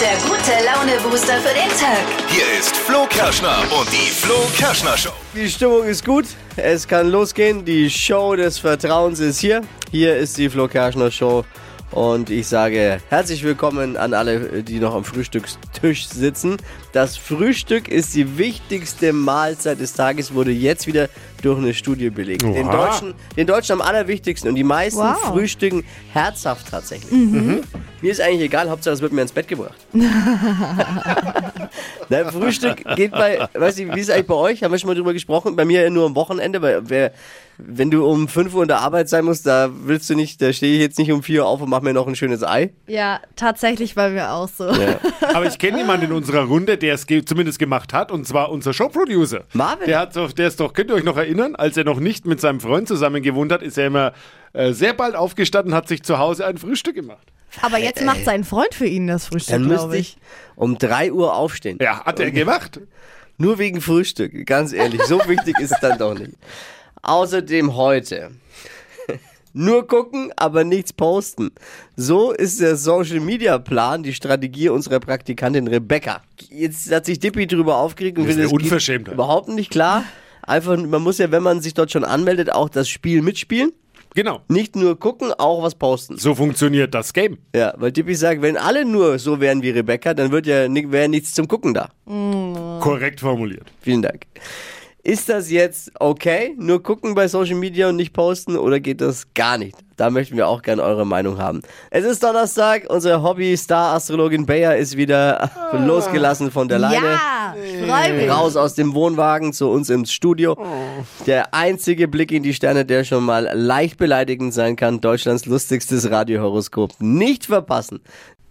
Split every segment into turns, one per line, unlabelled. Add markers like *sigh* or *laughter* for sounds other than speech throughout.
der gute Laune-Booster für den Tag.
Hier ist Flo Kerschner und die Flo Kerschner Show.
Die Stimmung ist gut, es kann losgehen. Die Show des Vertrauens ist hier. Hier ist die Flo Kerschner Show. Und ich sage herzlich willkommen an alle, die noch am Frühstückstisch sitzen. Das Frühstück ist die wichtigste Mahlzeit des Tages, wurde jetzt wieder durch eine Studie belegt. Den Deutschen, den Deutschen am allerwichtigsten und die meisten
Wow.
frühstücken herzhaft tatsächlich. Mir ist eigentlich egal, Hauptsache es wird mir ins Bett gebracht. Na, Frühstück geht bei, weiß ich, wie ist es eigentlich bei euch? Haben wir schon mal drüber gesprochen? Bei mir nur am Wochenende, weil wer, wenn du um 5 Uhr in der Arbeit sein musst, da willst du nicht, da stehe ich jetzt nicht um 4 Uhr auf und mach mir noch ein schönes Ei.
Ja, tatsächlich bei mir auch so.
Aber ich kenne jemanden in unserer Runde, der es ge zumindest gemacht hat, und zwar unser Showproducer.
Marvin?
Der, hat doch, der ist doch, könnt ihr euch noch erinnern, als er noch nicht mit seinem Freund zusammen gewohnt hat, ist er immer äh, sehr bald aufgestanden, hat sich zu Hause ein Frühstück gemacht.
Aber jetzt macht sein Freund für ihn das Frühstück,
Dann
glaube
müsste
ich.
ich um 3 Uhr aufstehen.
Ja, hat er gemacht.
Nur wegen Frühstück, ganz ehrlich. So wichtig ist es dann doch nicht. Außerdem heute. *laughs* Nur gucken, aber nichts posten. So ist der Social Media Plan die Strategie unserer Praktikantin Rebecca. Jetzt hat sich Dippy drüber aufgeregt und
Das ist
findet
eine
es geht
Unverschämtheit.
überhaupt nicht klar. Einfach, man muss ja, wenn man sich dort schon anmeldet, auch das Spiel mitspielen.
Genau.
Nicht nur gucken, auch was posten.
So funktioniert das Game.
Ja, weil Dippy sagt, wenn alle nur so wären wie Rebecca, dann wird ja ni- wäre nichts zum Gucken da.
Korrekt formuliert.
Vielen Dank. Ist das jetzt okay? Nur gucken bei Social Media und nicht posten oder geht das gar nicht? Da möchten wir auch gerne eure Meinung haben. Es ist Donnerstag, unsere Hobby-Star-Astrologin Bayer ist wieder losgelassen von der Leine.
Ja, ich freue mich.
Raus aus dem Wohnwagen zu uns ins Studio. Der einzige Blick in die Sterne, der schon mal leicht beleidigend sein kann. Deutschlands lustigstes Radiohoroskop. Nicht verpassen.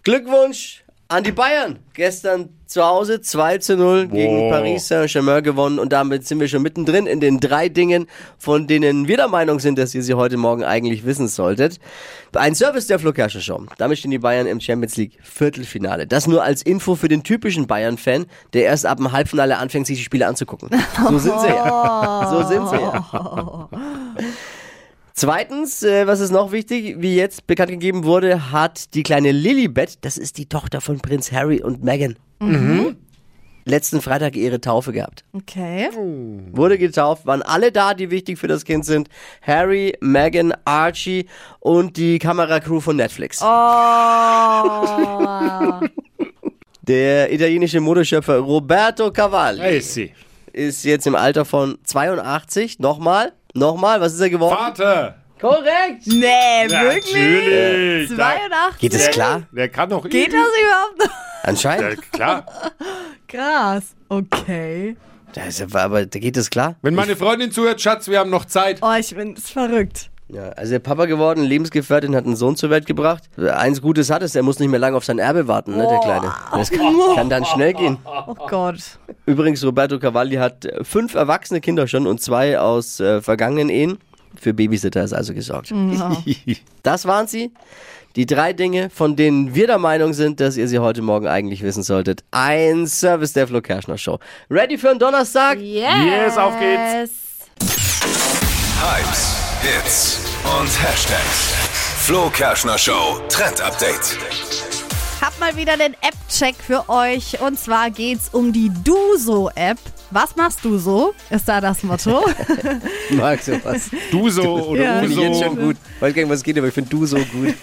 Glückwunsch an die Bayern. Gestern zu Hause 2 zu 0 gegen
Wow.
Paris Saint-Germain gewonnen. Und damit sind wir schon mittendrin in den drei Dingen, von denen wir der Meinung sind, dass ihr sie heute Morgen eigentlich wissen solltet. Ein Service der Flo Kerschner Show. Damit stehen die Bayern im Champions League Viertelfinale. Das nur als Info für den typischen Bayern-Fan, der erst ab dem Halbfinale anfängt, sich die Spiele anzugucken. So sind sie ja. So sind sie ja. Zweitens, äh, was ist noch wichtig, wie jetzt bekannt gegeben wurde, hat die kleine Lilibet, das ist die Tochter von Prinz Harry und Meghan, letzten Freitag ihre Taufe gehabt
Okay.
wurde getauft, waren alle da, die wichtig für das Kind sind. Harry, Meghan, Archie und die Kameracrew von Netflix.
Oh.
Der italienische Modeschöpfer Roberto Cavalli
Hey, sie.
ist jetzt im Alter von 82. Nochmal, nochmal, was ist er geworden?
Vater!
*laughs*
Korrekt!
Nee, wirklich?
Natürlich! Da-
82?
Geht es klar?
Der kann doch
Geht das überhaupt noch?
Ja,
Anscheinend.
klar.
Krass. Okay.
Das ist, aber da geht es klar.
Wenn meine Freundin zuhört, Schatz, wir haben noch Zeit.
Oh, ich bin verrückt.
Ja, also der Papa geworden, Lebensgefährtin, hat einen Sohn zur Welt gebracht. Eins Gutes hat es, er muss nicht mehr lange auf sein Erbe warten, ne, der Kleine. Das kann, kann dann schnell gehen.
Oh Gott.
Übrigens, Roberto Cavalli hat äh, fünf erwachsene Kinder schon und zwei aus äh, vergangenen Ehen. Für Babysitter ist also gesorgt. *laughs* Das waren sie. Die drei Dinge, von denen wir der Meinung sind, dass ihr sie heute Morgen eigentlich wissen solltet. Ein Service der Flo Kerschner Show. Ready für einen Donnerstag?
Yes, auf geht's.
Hypes, Hits und Hashtags. Flo Kerschner Show Trend Update.
Hab mal wieder den App-Check für euch. Und zwar geht's um die Duso-App. Was machst du so? Ist da das Motto?
Ich *laughs* mag sowas.
Du so oder
*laughs* Ja.
du
Finde
so.
ich jetzt schon gut. Weiß gar nicht, was geht, aber ich finde du so gut.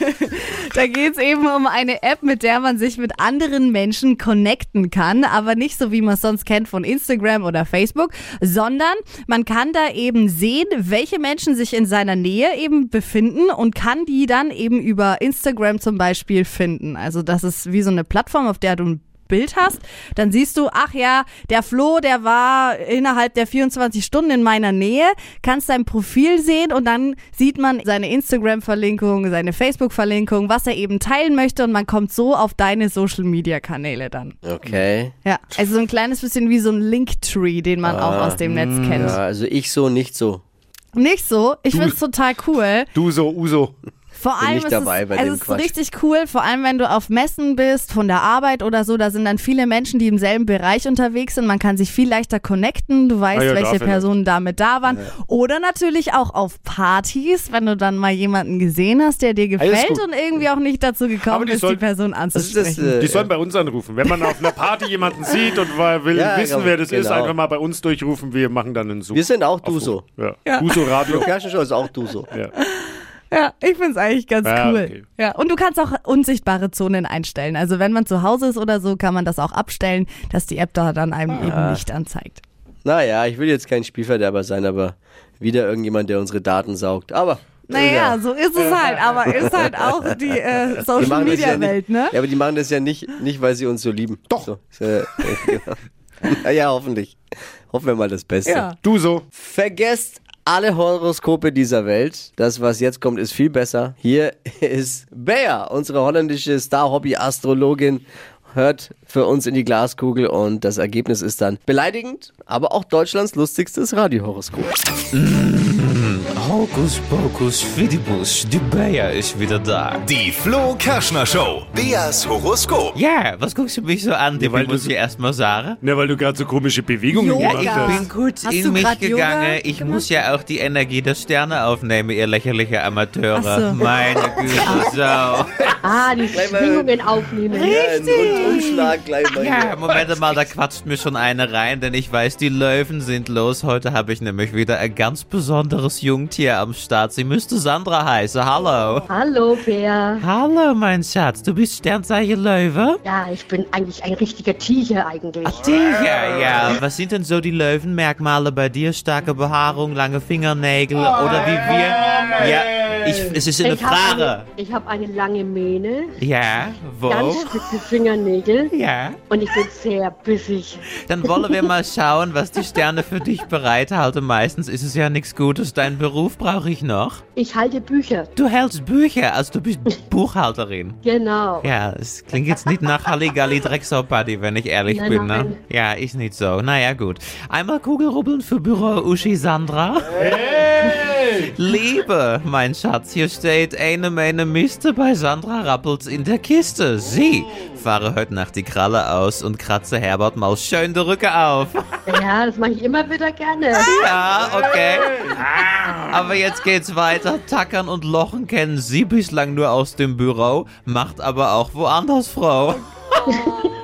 Da geht's eben um eine App, mit der man sich mit anderen Menschen connecten kann, aber nicht so wie man es sonst kennt von Instagram oder Facebook, sondern man kann da eben sehen, welche Menschen sich in seiner Nähe eben befinden und kann die dann eben über Instagram zum Beispiel finden. Also das ist wie so eine Plattform, auf der du ein Bild hast, dann siehst du, ach ja, der Flo, der war innerhalb der 24 Stunden in meiner Nähe, kannst dein Profil sehen und dann sieht man seine Instagram-Verlinkung, seine Facebook-Verlinkung, was er eben teilen möchte und man kommt so auf deine Social-Media-Kanäle dann.
Okay.
Ja, also so ein kleines bisschen wie so ein Linktree, den man auch aus dem Netz kennt.
Ja, also ich so, nicht so.
Nicht so, ich find's total cool.
Du so, Uso.
Vor allem
nicht
ist
dabei
es,
bei
es
dem
ist
Quatsch.
richtig cool, vor allem wenn du auf Messen bist, von der Arbeit oder so, da sind dann viele Menschen, die im selben Bereich unterwegs sind. Man kann sich viel leichter connecten, du weißt,
Ah ja,
welche
dafür.
Personen damit da waren. Oder natürlich auch auf Partys, wenn du dann mal jemanden gesehen hast, der dir
Alles
gefällt
gut.
und irgendwie auch nicht dazu gekommen
die
ist, die
sollten-
Person
Das ist das,
anzusprechen.
äh,
Die sollen bei uns anrufen. Wenn man auf einer Party jemanden sieht und wa- will
Ja,
wissen,
genau.
wer das ist,
Genau.
einfach mal bei uns durchrufen. Wir machen dann einen Such.
wir sind auch
Aufruf.
Duso.
Ja. Duso Radio.
Kirchenshow ist auch Duso.
ja.
Ja, ich find's eigentlich ganz
Ja,
cool.
okay.
Ja, und du kannst auch unsichtbare Zonen einstellen. Also wenn man zu Hause ist oder so, kann man das auch abstellen, dass die App da dann einem
Ah.
eben nicht anzeigt.
Naja, ich will jetzt kein Spielverderber sein, aber wieder irgendjemand, der unsere Daten saugt. Aber.
Naja,
Ja.
so ist es halt, aber ist halt auch die äh,
Die
Social
machen das
Media
ja nicht,
Welt, ne?
Ja, aber die machen das ja nicht, nicht weil sie uns so lieben.
Doch.
So, äh, ja. *laughs* ja, hoffentlich. Hoffen wir mal das Beste.
Ja.
Duso.
Vergesst alle Horoskope dieser Welt. Das, was jetzt kommt, ist viel besser. Hier ist Bea, unsere holländische Star-Hobby-Astrologin. Hört für uns in die Glaskugel und das Ergebnis ist dann beleidigend, aber auch Deutschlands lustigstes Radiohoroskop.
Hocus pocus fidibus, die Bayer ist wieder da.
Die Flo Kerschner Show. Beas Horoskop.
Ja, was guckst du mich so an? Die
weil
muss
du-
ich erstmal sagen.
Na, weil du gerade so komische Bewegungen
Yoga.
gemacht
Ja.
Ich
hast.
bin kurz
Hast du
in mich
grad Yoga
gegangen. Ich
gemacht?
muss ja auch die Energie der Sterne aufnehmen, ihr lächerliche
Ach so.
Amateure. Meine
*laughs*
Güte, so.
Ah, die Schwingungen aufnehmen.
Und Umschlag gleich mal.
Ja,
hier.
Moment mal, da quatscht mir schon einer rein, denn ich weiß, die Löwen sind los. Heute habe ich nämlich wieder ein ganz besonderes Jungtier am Start. Sie müsste Sandra heißen. Hallo.
Hallo, Bär.
Hallo, mein Schatz. Du bist Sternzeichen Löwe?
Ja, ich bin eigentlich ein richtiger Tiger eigentlich.
Tiger, ja. Was sind denn so die Löwenmerkmale bei dir? Starke Behaarung, lange Fingernägel oder wie wir? Ja, ich, es ist eine
ich habe
Frage.
eine, ich hab eine lange Mähne,
Ja,
ganz
wo?
spitze Fingernägel
Ja.
und ich bin sehr bissig.
Dann wollen wir mal schauen, was die Sterne für dich bereithalten. Meistens ist es ja nichts Gutes. Deinen Beruf brauche ich noch.
Ich halte Bücher.
Du hältst Bücher, also du bist Buchhalterin.
Genau.
Ja, es klingt jetzt nicht nach Halligalli Drecksau-Party, wenn ich ehrlich
Nein,
bin, ne?
nein.
Ja, ist nicht so. Naja, gut. Einmal Kugelrubbeln für Büro Uschi Sandra. Liebe, mein Schatz, hier steht eine Menge Miste bei Sandra Rappels in der Kiste. Sie fahre heute Nacht die Kralle aus und kratze Herbert mal schön die Rücke auf.
Ja, das mache ich immer wieder gerne.
Ja, okay. Aber jetzt geht's weiter. Tackern und Lochen kennen sie bislang nur aus dem Büro, macht aber auch woanders Frau.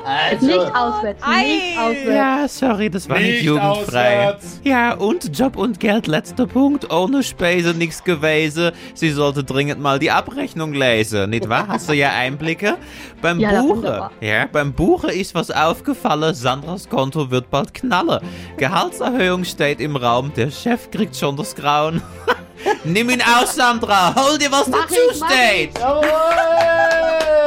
Also.
Nicht auswärts, nicht auswärts.
Ja, sorry, das war nicht,
Nicht
jugendfrei.
auswärts.
Ja, und Job und Geld, letzter Punkt. Ohne Speise nichts gewesen. Sie sollte dringend mal die Abrechnung lesen, nicht wahr? Hast du ja Einblicke? Beim
Ja, na,
Buche.
wunderbar.
Ja, beim Buche ist was aufgefallen. Sandras Konto wird bald knallen. Gehaltserhöhung steht im Raum. Der Chef kriegt schon das Grauen. *laughs* Nimm ihn aus, Sandra. Hol dir, was
Mach
dazu
ich, mach
steht.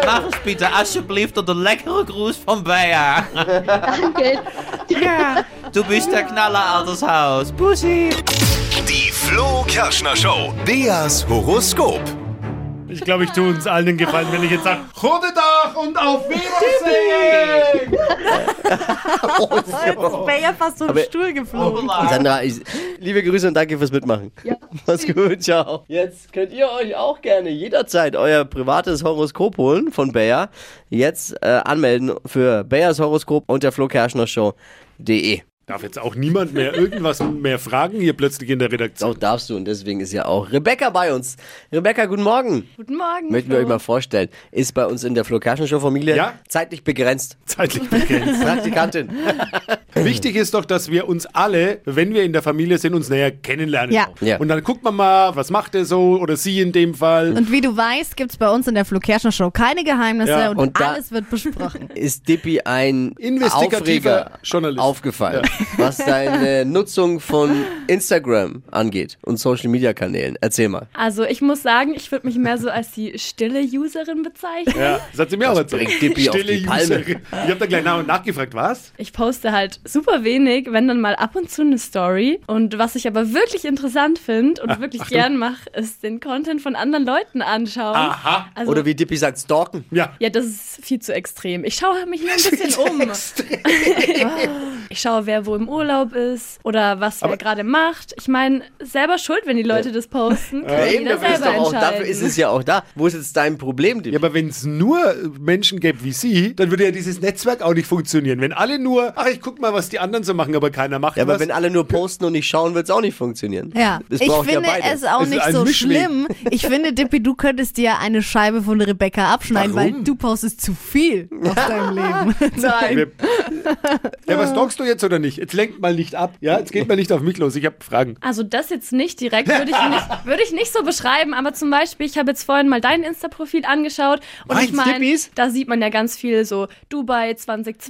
Mach es bitte, alsjeblieft, und einen leckeren Gruß von Bayer.
Danke.
Ja, *laughs* du bist der Knaller, altes Haus. Pussy.
Die Flo Kerschner Show. Beas Horoskop.
Ich glaube, ich tue uns allen den Gefallen, wenn ich jetzt sage, Guten Tag und auf Wiedersehen.
Ich wäre ja fast vom
genau. Aber-
Stuhl geflogen.
Sandra, ich, liebe Grüße und danke fürs Mitmachen.
Ja.
*laughs* Mach's gut, ciao. Jetzt könnt ihr euch auch gerne jederzeit euer privates Horoskop holen von Bayer. Jetzt äh, anmelden für Bayers Horoskop unter flokerschnershow.de.
Darf jetzt auch niemand mehr irgendwas mehr fragen hier plötzlich in der Redaktion.
Doch, darfst du und deswegen ist ja auch Rebecca bei uns. Rebecca, guten Morgen.
Guten Morgen.
Möchten wir euch
Flo.
mal vorstellen. Ist bei uns in der Flo Kerschner Show Familie
Ja?
*laughs* zeitlich begrenzt.
Zeitlich
*laughs*
begrenzt.
Praktikantin. *laughs*
Wichtig ist doch, dass wir uns alle, wenn wir in der Familie sind, uns näher kennenlernen.
Ja.
Ja.
Und dann guckt man mal, was macht er so oder sie in dem Fall.
Und wie du weißt, gibt's bei uns in der Flo Kerschner Show keine Geheimnisse
Ja,
und,
und da-
alles wird
*laughs*
besprochen.
ist Dippi ein
Investigativer
Aufreger
Journalist.
aufgefallen, *laughs* was deine Nutzung von Instagram angeht und Social Media Kanälen. Erzähl mal.
Also ich muss sagen, ich würde mich mehr so als die stille Userin bezeichnen.
Ja, das hat sie mir auch erzählt.
bringt Dippi auf die Palme.
Userin. Ich habe da gleich nach und nachgefragt, was?
Ich poste halt super wenig, wenn dann mal ab und zu eine Story. Und was ich aber wirklich interessant finde und wirklich gern mache, ist den Content von anderen Leuten anschauen. Aha. Also,
Oder wie Dippi sagt, stalken.
Ja.
*laughs* ja, das ist viel zu extrem. Ich schaue mich nur ein bisschen um. Ich schaue, wer wo im Urlaub ist oder was wer gerade macht. Ich meine, selber schuld, wenn die Leute das posten. Kann
eben,
jeder
dafür ist,
selber
doch auch, dafür
entscheiden.
ist es ja auch da. Wo ist jetzt dein Problem?
Ja, aber wenn es nur Menschen gäbe wie Sie, dann würde ja dieses Netzwerk auch nicht funktionieren. Wenn alle nur, ach, ich guck mal, was die anderen so machen, aber keiner macht
Ja, aber
was.
wenn alle nur posten und nicht schauen, wird es auch nicht funktionieren.
Ja,
Es
ich
braucht
finde
ja beide.
es auch
Es ist
nicht
ein
so
Mischweg.
schlimm. Ich finde, Dippy, du könntest dir eine Scheibe von Rebecca abschneiden, weil du postest zu viel aus
*laughs*
deinem Leben.
Nein.
ja, was stalkst du jetzt oder nicht? Jetzt lenkt mal nicht ab. Ja, jetzt geht mal nicht auf mich los. Ich habe Fragen.
Also das jetzt nicht direkt, würde ich nicht, würde ich nicht so beschreiben, aber zum Beispiel, ich habe jetzt vorhin mal dein Insta-Profil angeschaut und
Meins,
ich meine,
Dippis?
da sieht man ja ganz viel so Dubai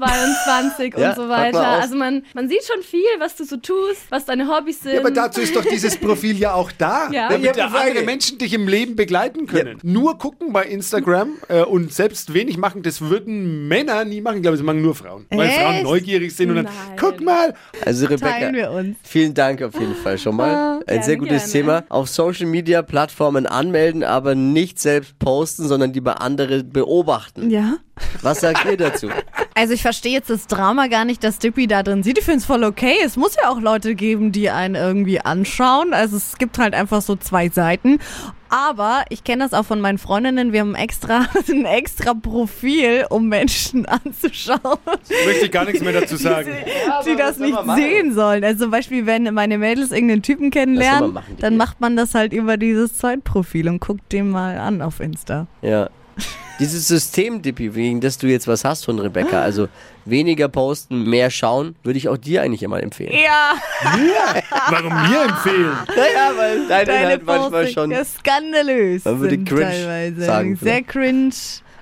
2022
Ja,
und so
pack mal
weiter.
aus.
Also man, man sieht schon viel, was du so tust, was deine Hobbys sind.
Ja, aber dazu ist doch dieses Profil ja auch da,
Ja.
damit
Ich
ja,
hab eine
andere
Frage.
Menschen dich im Leben begleiten können. Nur gucken bei Instagram äh, und selbst wenig machen, das würden Männer nie machen. Ich glaube, das machen nur Frauen. Weil
Echt?
Frauen neugierig sind und dann,
Nein.
guck mal.
Also
Teilen wir
Rebecca,
uns. Ah,
vielen Dank auf jeden Fall schon mal. Ein
gerne,
sehr gutes
gerne.
Thema. Auf Social Media Plattformen anmelden, aber nicht selbst posten, sondern lieber andere beobachten.
Ja.
Was sagt ihr dazu?
Also ich verstehe jetzt das Drama gar nicht, dass Dippy da drin sieht. Ich finde es voll okay. Es muss ja auch Leute geben, die einen irgendwie anschauen. Also es gibt halt einfach so zwei Seiten. Aber ich kenne das auch von meinen Freundinnen. Wir haben extra *laughs* ein extra Profil, um Menschen *laughs* anzuschauen,
Möchte ich gar nichts mehr dazu sagen.
*laughs*
die das nicht sehen sollen. Also zum Beispiel, wenn meine Mädels irgendeinen Typen kennenlernen,
man machen,
dann
Dippy.
macht man das halt über dieses Zeitprofil und guckt den mal an auf Insta.
*laughs* Ja. Dieses System, Dippi, wegen das du jetzt was hast von Rebecca, also weniger posten, mehr schauen, würde ich auch dir eigentlich immer empfehlen.
Ja,
Warum mir empfehlen?
Naja, weil dein
deine
Inhalt manchmal
Posting.
schon.
Ja, skandalös.
Man würde
sind
cringe
teilweise.
sagen ne? Also
Sehr
vielleicht.
cringe.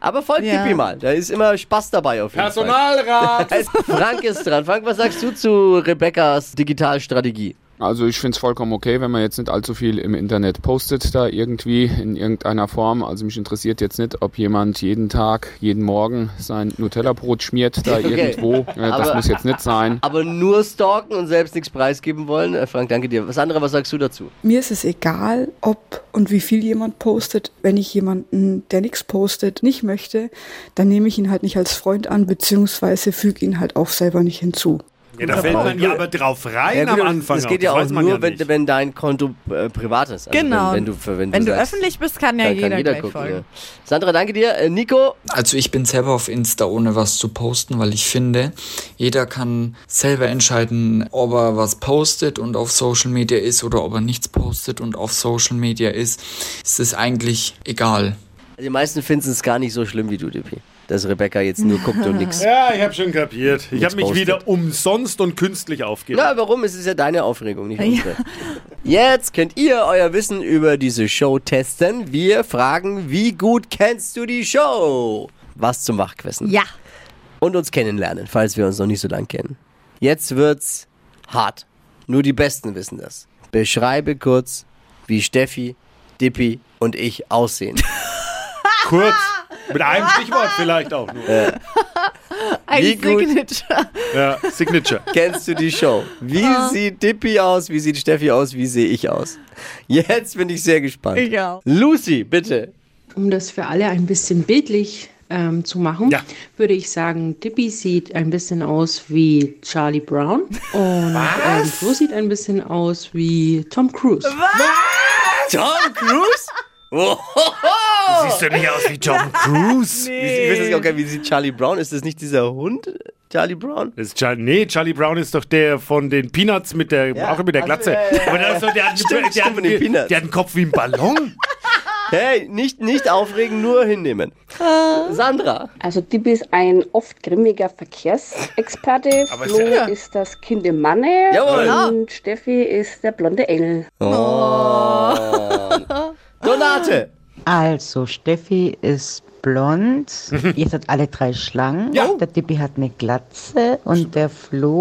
Aber folgt
Ja.
Dippi mal, da ist immer Spaß dabei auf jeden
Personalrat!
Fall. Also, Frank ist dran. Frank, was sagst du zu Rebeccas Digitalstrategie?
Also ich finde es vollkommen okay, wenn man jetzt nicht allzu viel im Internet postet, da irgendwie in irgendeiner Form. Also mich interessiert jetzt nicht, ob jemand jeden Tag, jeden Morgen sein Nutella-Brot schmiert
*laughs*
da
Okay.
irgendwo. Äh, Das
Aber-
muss jetzt nicht sein.
Aber nur stalken und selbst nichts preisgeben wollen? Äh, Frank, danke dir. Was andere, was sagst du dazu?
Mir ist es egal, ob und wie viel jemand postet. Wenn ich jemanden, der nichts postet, nicht möchte, dann nehme ich ihn halt nicht als Freund an, beziehungsweise füge ihn halt auch selber nicht hinzu.
Ja, da fällt man ja genau. aber drauf rein
Ja, gut,
am Anfang.
das geht ja auch nur, wenn, wenn dein Konto äh, privat ist. Also
Genau.
Wenn, wenn du, wenn du,
Wenn du
sagst,
öffentlich bist, kann ja
dann
jeder,
kann jeder
gleich
gucken.
folgen.
Ja. Sandra, danke dir. Äh, Nico,
Also ich bin selber auf Insta, ohne was zu posten, weil ich finde, jeder kann selber entscheiden, ob er was postet und auf Social Media ist oder ob er nichts postet und auf Social Media ist. Es ist eigentlich egal.
Die meisten finden es gar nicht so schlimm wie du, Dippy. Dass Rebecca jetzt nur guckt
*laughs*
und nichts.
Ja, ich habe schon kapiert. Ich habe mich
postet.
wieder umsonst und künstlich aufgegeben. *laughs*
Na, warum? Es ist ja deine Aufregung, nicht unsere. Jetzt könnt ihr euer Wissen über diese Show testen. Wir fragen, wie gut kennst du die Show? Was zum Wachquissen.
Ja.
Und uns kennenlernen, falls wir uns noch nicht so lang kennen. Jetzt wird's hart. Nur die Besten wissen das. Beschreibe kurz, wie Steffi, Dippy und ich aussehen.
Kurz. Mit einem Stichwort vielleicht auch nur.
Ein
Wie
*laughs*
gut.
Signature.
Ja, Signature.
Kennst du die Show? Wie
Ah.
sieht Dippy aus? Wie sieht Steffi aus? Wie sehe ich aus? Jetzt bin ich sehr gespannt.
Ich auch.
Lucy, bitte.
Um das für alle ein bisschen bildlich ähm, zu machen,
Ja.
würde ich sagen, Dippy sieht ein bisschen aus wie Charlie Brown und ähm, Flo sieht ein bisschen aus wie Tom Cruise.
Tom Cruise? *laughs*
Siehst du nicht aus wie Tom Cruise?
Ich weiß jetzt auch gar nicht, wie sieht Charlie Brown? Ist das nicht dieser Hund, Charlie Brown?
Das ist Char nee, Charlie Brown ist doch der von den Peanuts mit der, auch mit der
Ach so,
Glatze.
ja, ja, ja.
Aber das ist doch, der, hat,
Stimmt,
der,
stimmt,
hat,
von den Peanuts.
der hat einen Kopf wie ein
*laughs*
Ballon.
Ah.
Hey, nicht, nicht aufregen, nur hinnehmen. Sandra.
Also Dibi ist ein oft grimmiger Verkehrsexperte,
Aber ist Flo ja-
ist das Kind im Manne
Jawohl.
und Steffi ist der blonde Engel.
Donate.
Ah.
Also, Steffi ist
*laughs*
blond, ihr seid alle drei schlank,
Ja.
der Dippy hat eine Glatze und der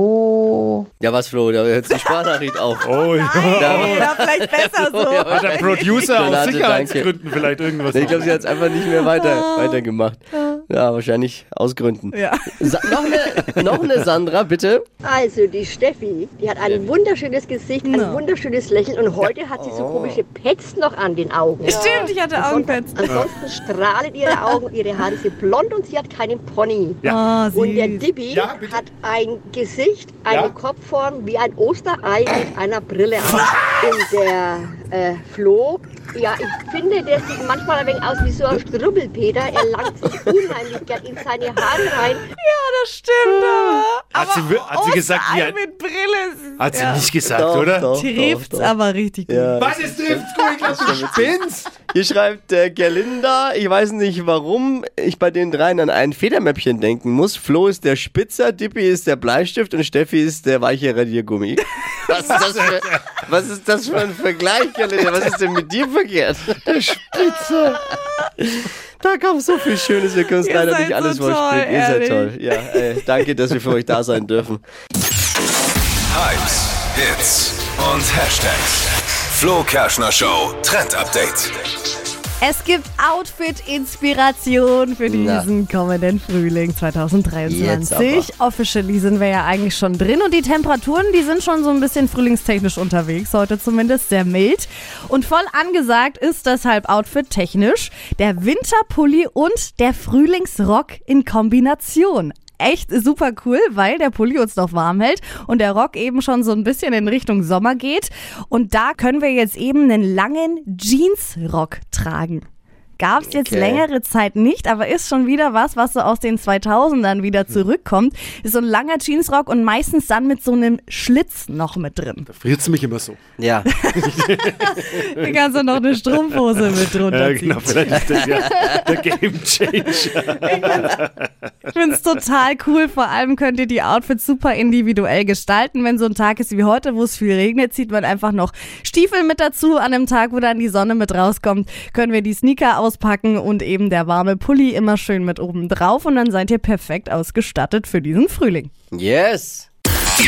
Flo
Ja, was, Flo? Da hört
*laughs*
die Sprachnachricht auf.
Oh, ja.
Oder vielleicht
*laughs*
besser so.
Hat der Producer aus
Donate,
Sicherheitsgründen vielleicht irgendwas
Ich glaube, sie hat es einfach nicht mehr weiter, weitergemacht. Ja, wahrscheinlich aus Gründen.
Ah. Ja.
Sa noch, eine, noch eine Sandra, bitte.
Also die Steffi, die hat ein wunderschönes Gesicht, ein
Genau.
wunderschönes Lächeln und heute hat sie so
Oh.
komische Pets noch an den Augen.
Stimmt, ich hatte Augenpads.
Ansonsten strahlen ihre Augen, ihre Haare sind blond und sie hat keinen Pony.
Ja. Ah,
und der
süß.
Dippi hat ein Gesicht, eine
Ja.
Kopfform wie ein Osterei mit einer Brille an. Und der äh, Flo, ja, ich finde, der sieht manchmal ein wenig aus wie so ein Strubbelpeter. Er langt sich unheimlich gern in seine Haare rein.
Ja, das stimmt. Aber,
Hat sie, wir- hat sie gesagt, wie ein,
mit Brille.
hat sie
Ja.
nicht gesagt,
Doch,
oder?
doch,
Trifft's
doch, doch.
aber richtig gut.
Ja,
Was
das
ist trifft's gut? Ich glaub, du spinnst.
Hier schreibt äh, Gerlinda, ich weiß nicht warum ich bei den dreien an ein Federmäppchen denken muss. Flo ist der Spitzer, Dippi ist der Bleistift und Steffi ist der weiche Radiergummi. Was ist das für, was ist das für ein Vergleich, Gerlinda? Was ist denn mit dir verkehrt? Der Spitzer. Da kam so viel Schönes, wir können es
Ihr
leider
seid
nicht alles
so toll,
vorspielen. Ihr seid toll.
ehrlich.
Ja, ey, danke, dass wir für euch da sein dürfen.
Hypes, Hits und Hashtags. Flo Kerschner Show Trend Update.
Es gibt Outfit-Inspiration für
Na.
diesen kommenden Frühling
Jetzt aber.
2023. Officially sind wir ja eigentlich schon drin und die Temperaturen, die sind schon so ein bisschen frühlingstechnisch unterwegs, heute zumindest sehr mild. Und voll angesagt ist deshalb outfit-technisch der Winterpulli und der Frühlingsrock in Kombination. Echt super cool, weil der Pulli uns noch warm hält und der Rock eben schon so ein bisschen in Richtung Sommer geht. Und da können wir jetzt eben einen langen Jeansrock tragen. Gab es jetzt
Okay.
längere Zeit nicht, aber ist schon wieder was, was so aus den 2000ern wieder zurückkommt. Ist so ein langer Jeansrock und meistens dann mit so einem Schlitz noch mit drin.
Friert's mich immer so.
Ja.
Da kannst du noch eine Strumpfhose mit drunter
Ja, genau, vielleicht ist das ja der Game Changer.
Ich finde es total cool. Vor allem könnt ihr die Outfits super individuell gestalten. Wenn so ein Tag ist wie heute, wo es viel regnet, zieht man einfach noch Stiefel mit dazu. An einem Tag, wo dann die Sonne mit rauskommt, können wir die Sneaker auspacken und eben der warme Pulli immer schön mit oben drauf. Und dann seid ihr perfekt ausgestattet für diesen Frühling.
Yes.
Die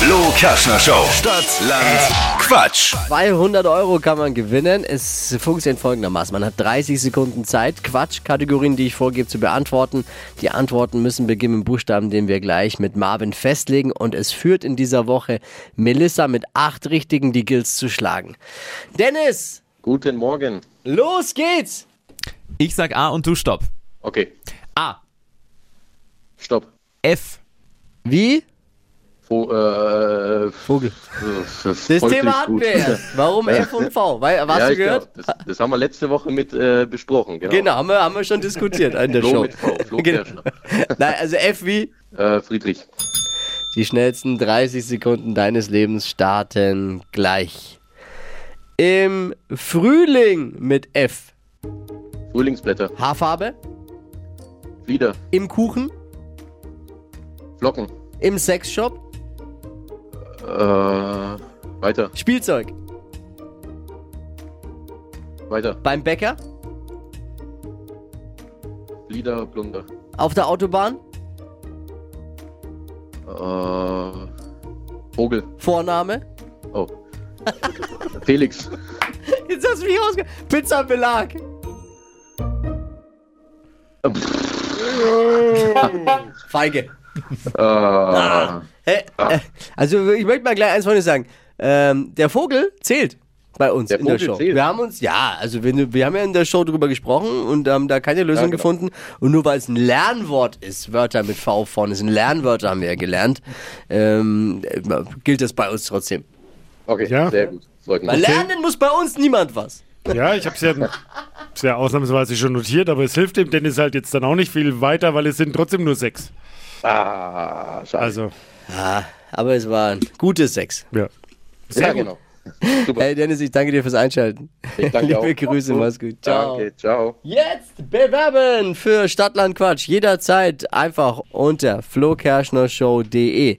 Flo Kerschner Show. Stadt, Land, Quatsch.
200 Euro kann man gewinnen. Es funktioniert folgendermaßen. Man hat 30 Sekunden Zeit, Quatschkategorien, die ich vorgebe, zu beantworten. Die Antworten müssen beginnen mit dem Buchstaben, den wir gleich mit Marvin festlegen. Und es führt in dieser Woche Melissa mit acht richtigen, die gilt's zu schlagen. Dennis!
Guten Morgen.
Los geht's!
Ich sag A und du stopp.
Okay.
A.
Stopp.
F.
Wie?
Vo äh,
Vogel.
Das
Das Thema hatten wir erst.
*laughs*
Warum F und V? Weil, warst du gehört?
Glaub, das, das haben wir letzte Woche mit äh, besprochen. Genau.
Genau, haben, wir, haben wir schon diskutiert in der
Flo
Show.
mit V, Flo
Genau.
Kerschner.
Nein, also F wie?
Äh, Friedrich.
Die schnellsten 30 Sekunden deines Lebens starten gleich. Im Frühling mit F.
Frühlingsblätter.
Haarfarbe.
Flieder.
Im Kuchen.
Flocken.
Im Sexshop.
Äh, weiter.
Spielzeug.
Weiter.
Beim Bäcker.
Flieder. Plunder.
Auf der Autobahn.
Äh, Vogel.
Vorname.
Oh. Felix.
Jetzt hast du mich rausge... Pizza
*laughs*
Belag. Feige.
Ah.
Hä? Äh, Also ich möchte mal gleich eins von dir sagen. Ähm, der Vogel zählt bei uns
Der
in der
Vogel
Show.
zählt.
Wir haben uns, ja, also wir, wir haben ja in der Show drüber gesprochen und haben da keine Lösung
genau.
gefunden. Und nur weil es ein Lernwort ist, Wörter mit V vorne sind Lernwörter, haben wir ja gelernt, ähm, äh, gilt das bei uns trotzdem.
Okay, sehr gut. Freut
Weil lernen muss bei uns niemand was.
Ja, ich habe es ja, hab's ja ausnahmsweise schon notiert, aber es hilft dem Dennis halt jetzt dann auch nicht viel weiter, weil es sind trotzdem nur sechs.
Ah, schade.
Also.
Ah, aber es waren gute Sechs.
Ja.
Sehr Ja, gut. genau.
Hey Dennis, ich danke dir fürs Einschalten.
Ich danke
Liebe
auch.
Grüße, mach's gut. Ciao.
Danke, ciao.
Jetzt bewerben für Stadtland Quatsch jederzeit einfach unter flokerschnershow.de.